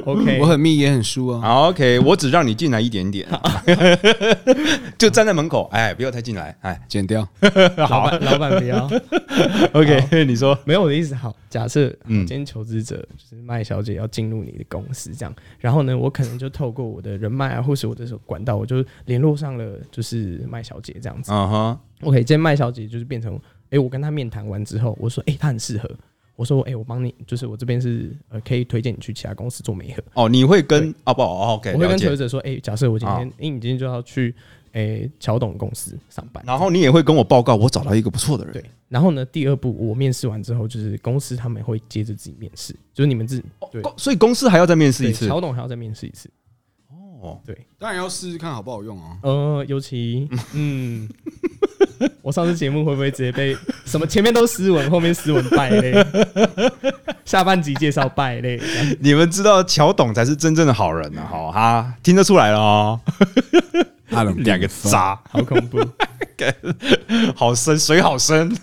S3: OK，
S1: 我很密也很输啊。
S2: 好，OK，我只让你进来一点点， 就站在门口，哎，不要太进来，哎
S1: 剪掉，
S3: 老板，老板不要。
S2: ，OK，你说，
S3: 没有我的意思，好，假设
S2: 嗯
S3: 今天求职者就是麦小姐要进入你的公司这样，然后呢，我可能就透过我的人脉啊，或是我的管道，我就联络上了就是麦小姐这样子。
S2: 啊哈，
S3: OK，今天麦小姐就是变成，哎、我跟她面谈完之后，我说，哎、她很适合。我说，哎、我帮你，就是我这边是呃，可以推荐你去其他公司做媒合。
S2: 哦，你会跟啊不哦，OK，
S3: 我会
S2: 了
S3: 跟求
S2: 解
S3: 职。者说，哎、假设我今天，
S2: 好
S3: 哎、你今天就要去，哎、乔董公司上班。
S2: 然后你也会跟我报告，我找到一个不错的人。
S3: 对，然后呢，第二步我面试完之后，就是公司他们会接着自己面试，就是你们自己对
S2: 哦，公所以公司还要再面试一
S3: 对
S2: 次。
S3: 乔董还要再面试一次。
S2: 哦，
S1: 当然要试试看好不好用哦。
S3: 呃，尤其嗯，我上次节目会不会直接被什么前面都斯文，后面斯文败类，下半集介绍败类，这样
S2: 你们知道乔董才是真正的好人呢、啊，哈、哈，听得出来了哦，
S1: 他冷
S2: 两个渣，
S3: 好恐怖，
S2: 好深，水好深。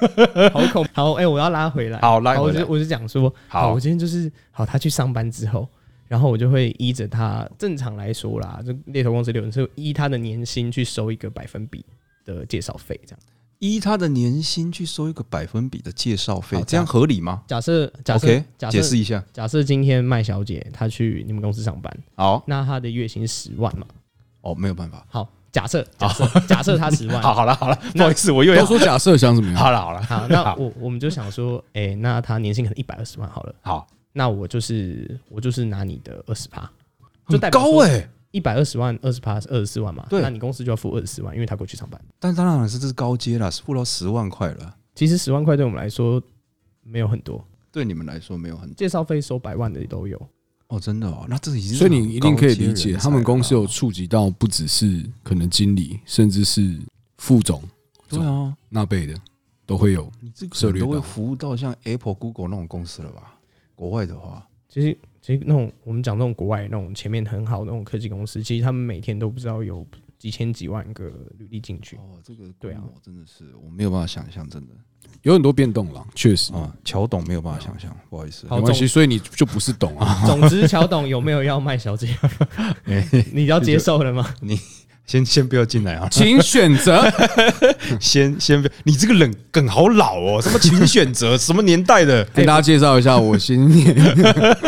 S3: 好恐好哎、我要拉回来。
S2: 好拉回来
S3: 我就我就讲说，
S2: 好
S3: 好，我今天就是好，他去上班之后。然后我就会依着他正常来说啦，就猎头公司流程是依他的年薪去收一个百分比的介绍费，这样。
S2: 依他的年薪去收一个百分比的介绍费
S3: 好，
S2: 这样合理吗
S3: 假设假设
S2: ？OK，
S3: 假
S2: 解释
S3: 设
S2: 一下。
S3: 假设今天麦小姐她去你们公司上班，
S2: 好，
S3: 那她的月薪十万嘛？
S2: 哦，没有办法。
S3: 好，假设假设假设她十万，
S2: 哦 好，好
S3: 好，
S2: 了，好了，不好意思，我又要
S1: 啊都说假设想怎么样？
S2: 好了，好了，
S3: 那我我们就想说，哎、那她年薪可能一百二十万好了，
S2: 好，
S3: 那我就是我就是拿你的二十趴，就
S2: 很
S3: 代表
S2: 高哎、
S3: 一百二十万二十趴是二十四万嘛？
S2: 对
S3: 那你公司就要付二十四万，因为她过去上班。
S2: 但当然是这是高阶了，是付到十万块了。
S3: 其实十万块对我们来说没有很多，
S2: 对你们来说没有很
S3: 介绍费收百万的都有。
S2: 哦，真的哦，那这已经是
S1: 所以你一定可以
S2: 很高阶
S1: 理解，
S2: 人才啊
S1: 他们公司
S2: 了
S1: 有触及到不只是可能经理，甚至是副总
S2: 对啊，
S1: 那辈的都会有。
S2: 你这
S1: 涉
S2: 个
S1: 猎
S2: 都
S1: 到
S2: 会服务到像 Apple、Google 那种公司了吧？国外的话，
S3: 其实其实那种我们讲那种国外那种前面很好的那种科技公司，其实他们每天都不知道有几千几万个履历进去。
S2: 哦，这个
S3: 对啊
S2: 规模真的是我没有办法想象，真的
S1: 有很多变动啦，确实
S2: 啊，乔董没有办法想象，哦不好意思，
S3: 好
S1: 没关系，所以你就不是懂 啊。
S3: 总之，乔董有没有要 卖小姐？你要接受了吗？
S2: 先先不要进来啊，
S1: 请选择
S2: 先先不要，你这个冷梗好老哦，什么请选 择，什么年代的？
S1: 跟大家介绍一下，我今年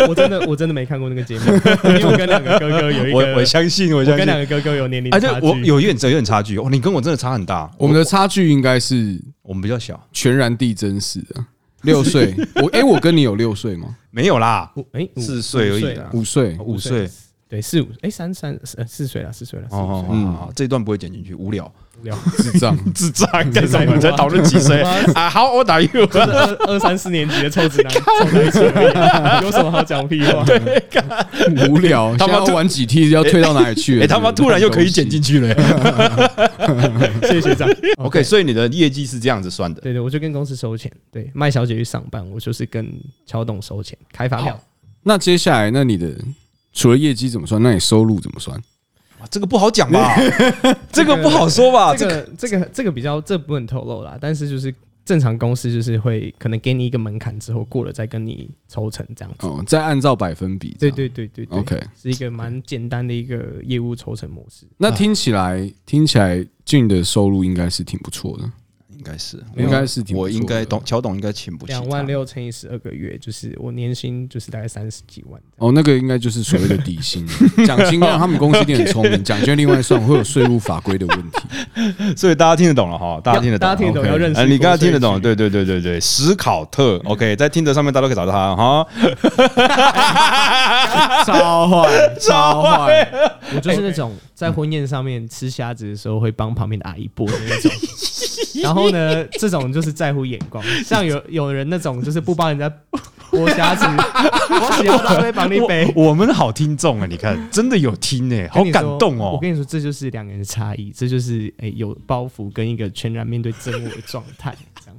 S3: 我真的我真的没看过那个节目，因为我跟两个哥哥有一个，
S2: 我我相信，我
S3: 我
S2: 相
S3: 跟
S2: 信
S3: 两，个哥哥有年龄
S2: 而
S3: 差
S2: 且
S3: 距。
S2: 我有一点有点差距哦，你跟我真的差很大，
S1: 我们的差距应该是
S2: 我们比较小，
S1: 全然递增式的。六 岁，我哎、我跟你有六岁吗？
S2: 没有啦，
S3: 五哎五
S2: 四岁而已啊
S3: 啦
S2: 啦，
S1: 五岁，
S2: 五岁。
S3: 对四五哎三三呃四岁了四岁了四
S2: 哦哦哦，
S3: 五
S2: 哦哦这一段不会剪进去，无聊，
S3: 岁无聊，
S1: 智障。
S2: 智障干什么？在讨论几岁啊？How old are you？
S3: 就是二二三四年级的臭直男凑在一起而已，有什么好讲屁话？对，
S1: 无聊，
S2: 他
S1: 他
S2: 妈
S1: 妈
S2: 突
S1: 玩几 T 要退到哪里去
S2: 哎、
S1: 了？
S2: 他妈突然又可以剪进去了、
S3: 谢谢学长。
S2: OK，所以你的业绩是这样子算的。
S3: 对对，我就跟公司收钱。对，麦小姐去上班，我就是跟乔董收钱，开发票。
S1: 那接下来，那你的除了业绩怎么算？那你收入怎么算？
S2: 哇这个不好讲吧？这个不好说啊吧？这
S3: 这
S2: 个
S3: 个这个这个比较这不能透露啦，但是就是正常公司就是会可能给你一个门槛之后过了再跟你抽成这样子。
S1: 哦，再按照百分比这
S3: 对
S1: 样。
S3: 对对对对
S1: OK，
S3: 是一个蛮简单的一个业
S2: 啊
S3: 务抽成模式。
S1: 那听起来听起来俊的收入应该是挺不错的。
S2: 应该是，
S1: 应该是挺不
S2: 我
S1: 错的
S2: 应该懂，乔董应该请不起他
S3: 两万。六乘以十二个月，就是我年薪就是大概三十几 万。
S1: 哦，那个应该就是所谓的底薪，奖金让他们公司一定很聪明，奖金另外算会有税务法规的问题。
S2: 所以大家听得懂了哈，大家听得懂，
S3: 大家听得懂
S2: OK
S3: 要认识
S2: 哎你刚才听得
S3: 国
S2: 懂，
S3: 税
S2: 对对对对对，史考特，OK，在听的上面大家都可以找到他哈。
S1: 超坏，超坏！
S3: 我就是那种
S2: 嗯
S3: 在婚宴上面吃虾子的时候会帮旁边的阿姨剥的那种。然后呢，这种就是在乎眼光，像有有人那种就是不帮人家剥虾子，我只要他会帮你背。
S2: 我我们的好听众啊，你看，真的有听哎，好
S3: 跟你说
S2: 感动
S3: 我
S2: 哦。
S3: 跟你说，这就是两个人的差异，这就是诶、有包袱跟一个全然面对真我的状态，这 样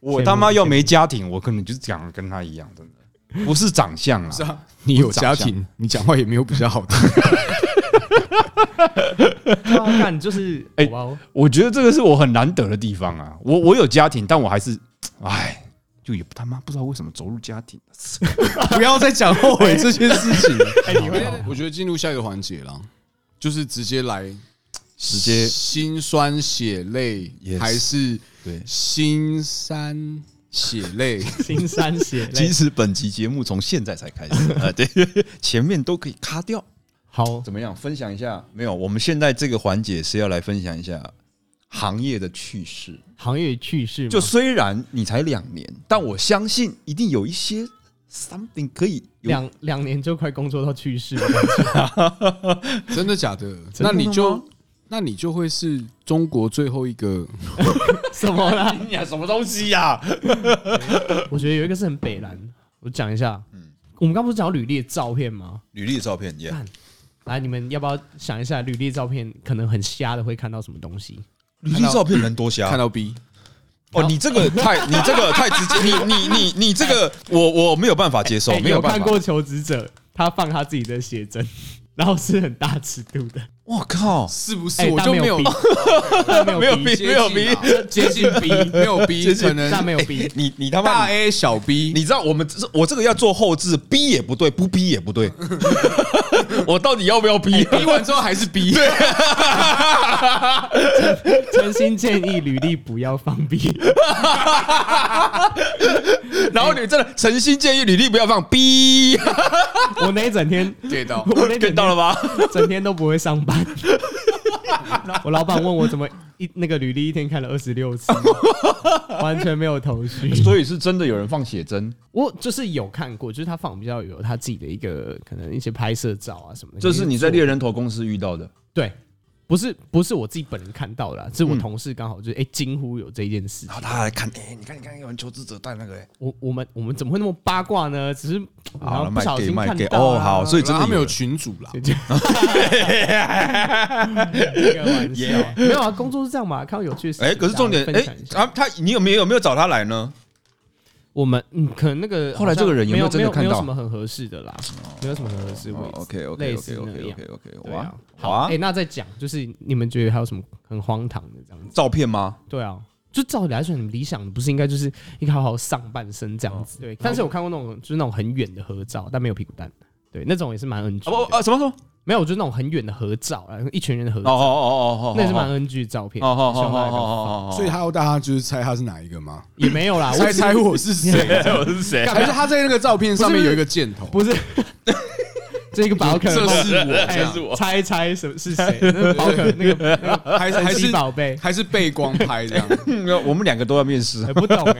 S2: 我他妈要没家庭，我可能就讲得跟他一样，真的不是长相啊，
S1: 是啊，你有家庭，你讲话也没有比较好听。
S3: 对啊。看就是
S2: 哎
S3: 哇哦
S2: 我觉得这个是我很难得的地方啊！我我有家庭，但我还是，哎，就也他妈不知道为什么走入家庭。
S1: 不要再讲后悔这件事情。哎，你会，我觉得进入下一个环节了，就是直接来，
S2: 直接
S1: 心酸血泪
S2: Yes
S1: 还是
S2: 对，
S1: 心酸血泪？
S3: 新三血泪
S2: 其实本集节目从现在才开 始啊，对，前面都可以卡掉。
S3: 好，
S2: 怎么样？分享一下？没有，我们现在这个环节是要来分享一下行业的趣事。
S3: 行业趣事嘛
S2: 就虽然你才两年，但我相信一定有一些 something 可以有
S3: 两两年就快工作到去世了，
S1: 真的假的？
S2: 真
S1: 那
S2: 的
S1: 你就
S2: 吗。
S1: 那你就会是中国最后一个
S3: 什么啦？
S2: 呀什么东西呀、
S3: 我觉得有一个是很北蓝，我讲一下。我们刚不是讲履历的照片吗？
S2: 履历的照片也、
S3: 干来，你们要不要想一下履历照片可能很瞎的会看到什么东西？
S2: 履历照片能多瞎
S1: 看到 B，
S2: 哦，你这个太，你这个太直接，你你你你这个，我我没有办法接受，
S3: 哎
S2: 没
S3: 有
S2: 办
S3: 看
S2: 法。
S3: 过求职者他放他自己的写真，然后是很大尺度的，
S2: 我靠，
S1: 是不
S3: 哎
S1: 是？我就
S3: 但没
S1: 没有
S3: 逼，但没有逼，
S2: 逼没有逼
S1: 接近啊接近 B，没 有 B，可
S3: 但
S1: 能哎
S3: 没有逼。
S2: 你你他
S1: 大
S2: 妈，
S1: A 小 B，
S2: 你知道我们这我这个要做后置逼也不对，不逼也不对，我到底要不要逼？
S1: 逼完之后还是 B，
S3: 诚心建议履历不要放逼，
S2: 然后你真的诚心建议履历不要放逼，
S3: 我那一整天，
S1: 对 到
S3: 我那一
S2: 看
S3: 整天
S2: 到了吧？
S3: 整天都不会上 班。我老板问我怎么一那个履历一天看了二十六 次，完全没有头绪。
S2: 所以是真的有人放写真，
S3: 我就是有看过，就是他放比较有他自己的一个可能一些拍摄照啊什么的。
S2: 这是你在
S3: 因为
S2: 猎人头公司遇到的。
S3: 我对，不是不是我自己本人看到
S2: 嗯
S3: 的、啊，是我同事刚好就是哎、诶惊呼有这件事
S2: 然。后他还看，哎、你看，你看，有人求职者带那个、哎，
S3: 我我们我们怎么会那么八卦呢？只是
S2: 好了，
S3: 然后不
S2: 卖
S3: 小
S2: 给
S3: 心
S2: 卖
S3: 看
S2: 给，
S3: 到啊、
S2: 哦，好，所以真的
S1: 他们有
S2: 人
S1: 群主啦，
S2: 哎
S3: 开个玩笑，没有啊，工作是这样嘛，看到有趣的事情。
S2: 哎、可是重点，
S3: 大家
S2: 哎、
S3: 分享一
S2: 他
S3: 下
S2: 他，你有没有有没有找他来呢？
S3: 我们嗯，可能那个
S2: 后来这个人有
S3: 没
S2: 没有
S3: 有
S2: 真的看
S3: 没有
S2: 到哦
S3: 什么很合适的啦，没有什么很合适的位置。类似那样。
S2: OK，
S3: 对啊，好哎，那再讲，就是你们觉得还有什么很荒唐的这样子？
S2: 照片吗？
S3: 对啊，就照理来说，你们理想的不是应该就是应该好好上半身这
S2: 哦
S3: 样子？对，但是我看过那种就是那种很远的合照，但没有屁股蛋，对，那种也是蛮 NG
S2: 啊不
S3: 的。
S2: 啊，什么什么？
S3: 没有，就是那种很远的合照，然后一群人的合
S2: 哦哦
S3: 照，
S2: 哦哦哦，
S3: 那也是蛮 NG 的照片。
S2: 哦哦哦
S3: 希望大家
S2: 哦
S3: 可以
S2: 哦哦，
S4: 所以他要大家就是猜他是哪一个吗？
S3: 也没有啦，啊我
S1: 猜猜我是谁？
S2: 我是谁？
S1: 还是他在那个照片上面有一个箭头？
S3: 不是 这个宝可梦
S1: 这是我，
S3: 哎
S1: 这样
S3: 猜一猜什么是谁？那个宝可那个那个
S1: 还是还
S3: 神奇
S1: 是
S3: 宝贝，
S1: 还是背光拍这样？
S2: 我们两个都要面试
S3: 哎，不懂哎、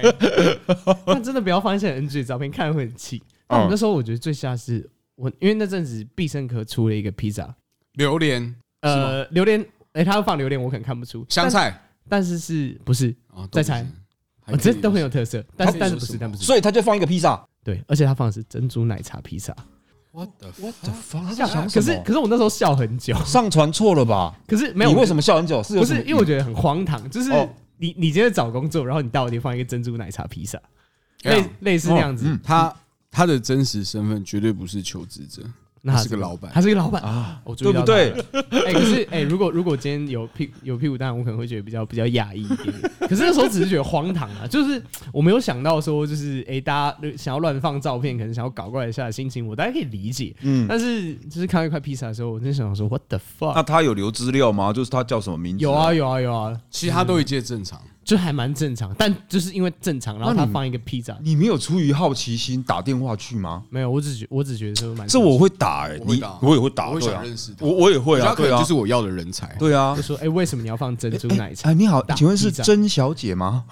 S3: 那真的不要放一些 NG 的照片，看了会很气。但我那时候我觉得最吓是我，因为那阵子必胜客出了一个披萨，
S1: 榴莲、
S3: 呃，榴莲，哎，他放榴莲，我可能看不出
S1: 香，菜
S3: 但但是是不是？
S1: 啊，
S3: 再猜哦
S1: 还可以，
S3: 这都很有特色，但是
S1: 还可以
S3: 但是不
S1: 说
S3: 是，
S1: 什么
S3: 但不是，
S2: 所以他就放一个披萨。
S3: 对，而且他放的是珍珠奶茶披萨，
S1: What the fuck？
S2: What the fuck？
S3: 可是可是我那时候笑很久，
S2: 上传错了吧？
S3: 可是没
S2: 你
S3: 有
S2: 为什么笑很久？是
S3: 不是，因为我觉得很荒唐，就是
S2: 哦
S3: 你你今天找工作，然后你到我地方一个珍珠奶茶披萨，
S1: 这样嗯
S3: 类类似那样子，
S1: 他他的真实身份绝对不是求职者，
S3: 那
S1: 是个老板
S3: 他是个老板啊，我注
S2: 对
S3: 意
S2: 不
S3: 到
S2: 对？
S3: 他了？哎，可是哎，如果如果今天有屁有屁股蛋，我可能会觉得比较比较讶异一点点。可是那时候只是觉得荒唐啊，就是我没有想到说，就是哎，大家想要乱放照片，可能想要搞怪一下的心情，我大家可以理解。
S2: 嗯，
S3: 但是就是看到一块披萨的时候，我真想说，what the
S5: 那
S3: fuck？
S5: 他有留资料吗？就是他叫什么名字？
S3: 有啊，有啊有啊，
S1: 其他都一切正常。
S5: 嗯
S3: 就还蛮正常，但就是因为正常，然后他放一个披萨，
S5: 你没有出于好奇心打电话去吗？
S3: 没有，我只觉我只觉得说蛮
S5: 这我会打哎，
S1: 我会
S5: 你
S1: 打
S5: 我也会打，
S1: 我会
S5: 对啊
S1: 想认识他
S5: 我我也会啊，
S1: 他可
S5: 对
S1: 能
S5: 啊
S1: 就，是我要的人才。
S5: 对啊
S3: 就。说，哎，为什么你要放珍珠奶 茶
S5: 哎，？你好
S3: 打，
S5: 请问是
S3: 屁掌
S5: 甄小姐吗？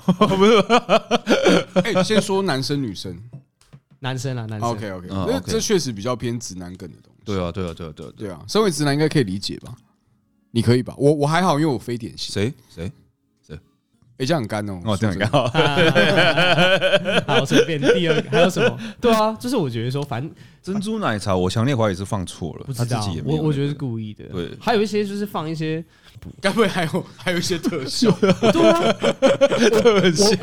S1: 哎、先说男生女生
S3: 男生啊啦，男生
S1: ，OK OK，
S5: 嗯
S1: 那
S5: OK
S1: 这确实比较偏直男梗的东西。
S5: 对啊，对啊，对啊，对啊，对啊。
S1: 对啊，身为直男应该可以理解吧？你可以吧？我我还好，因为我非典型。
S5: 谁谁？
S1: 哎、这样很干哦。
S5: 哦，这样
S1: 说真的
S5: 刚。 好。
S3: 好，随便。第二个还有 什么？对啊，就是我觉得说，反正
S5: 珍珠奶茶，我强烈怀疑是放错了
S3: 不，
S5: 他
S3: 知
S5: 自
S3: 道
S5: 己也，没有
S3: 我
S5: 那个。
S3: 我觉得是故意的。
S5: 对
S3: 还有一些就是放一些，
S1: 该不会还有还有一些特效？
S3: 对啊，我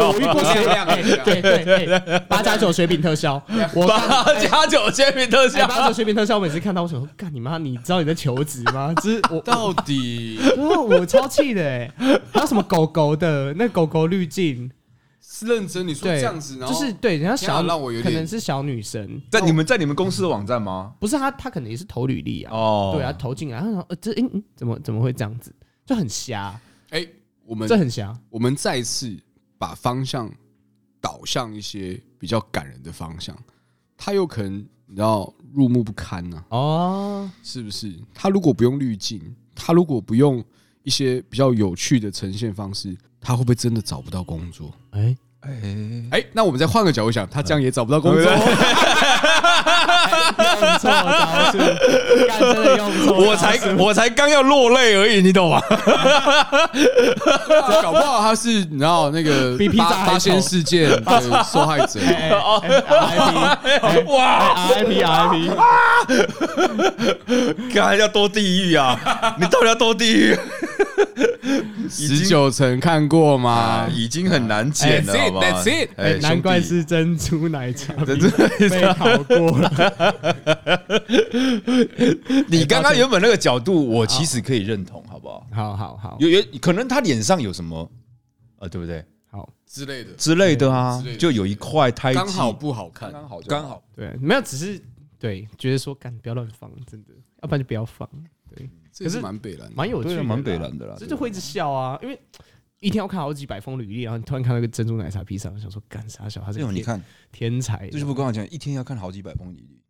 S3: 我遇过谁？
S1: 亮
S3: 哎对对对，八加九水饼 特效，我八
S2: 加酒煎饼特
S3: 哎八加九水饼特效，我每次看到我想说，干你妈！你知道你在求职 吗？ 就是我
S1: 到底
S3: 哦，我超气的哎、还有什么狗狗的那狗狗滤镜，
S1: 是认真？你说
S3: 对，
S1: 这样子，然
S3: 就
S1: 后
S3: 是对人家
S1: 天
S3: 小，
S1: 啊让我有
S3: 可
S1: 点
S3: 能是小女生，
S5: 在你们在你们公司的网站吗？
S3: 不是她，她可能也是投履历啊，
S5: 哦，
S3: 对啊，投进来，她说呃这嗯嗯怎么怎么会这样子，就很瞎，
S1: 哎、我们
S3: 这很瞎，
S1: 我们再次把方向导向一些比较感人的方向，他有可能你知道入目不堪呐、
S3: 哦，
S1: 是不是？他如果不用滤镜，他如果不用一些比较有趣的呈现方式，他会不会真的找不到工作？
S3: 哎，
S5: 哎，
S1: 哎、那我们再换个角度想，他这样也找不到工 作。
S3: 用错招数，干真的用错招数，
S2: 我才我才刚要落泪而已，你懂吗？
S1: 搞不好他是你知道那个
S3: 比披
S1: 八
S3: 萨还
S1: 八仙
S3: 丑
S1: 事件的受害 者。
S3: 哎哎哎 RIP
S2: 哇，
S3: 哎 RIP RIP，
S2: 干要多地狱啊！你到底要多地狱？
S1: 十九层看过吗？
S5: 啊已经很难剪了，
S1: That's
S5: 好
S1: it,
S5: 不好
S1: that's it
S5: 哎
S3: 哎难怪
S5: 兄弟
S3: 是珍珠奶茶
S5: 珍珠奶
S3: 被考过了，哎
S5: 你刚刚原本那个角度，我其实可以认同，好不好？
S3: 好好好
S5: 有有可能他脸上有什么，呃，对不对
S3: 好，
S1: 之类的，
S5: 之类的啊
S1: 之类的，
S5: 就有一块胎记，
S1: 刚好不好看。
S5: 刚好就
S1: 刚好，
S3: 对，没有，只是对，觉得说干不要乱放，真的，要不然就不要放，对，
S1: 这是蛮北蓝的。
S3: 蛮有趣
S5: 对
S3: 的
S5: 啊，
S3: 啦，
S5: 蛮北蓝的啦，
S3: 这就会一直笑啊，因为一天要看好几百封履历，然后你突然看到一个珍珠奶茶披萨，我想说干啥小，他
S5: 这
S3: 是
S5: 种
S3: 个
S5: 哎你看，
S3: 天才，
S5: 这就不跟我讲，一天要看好几百封履历，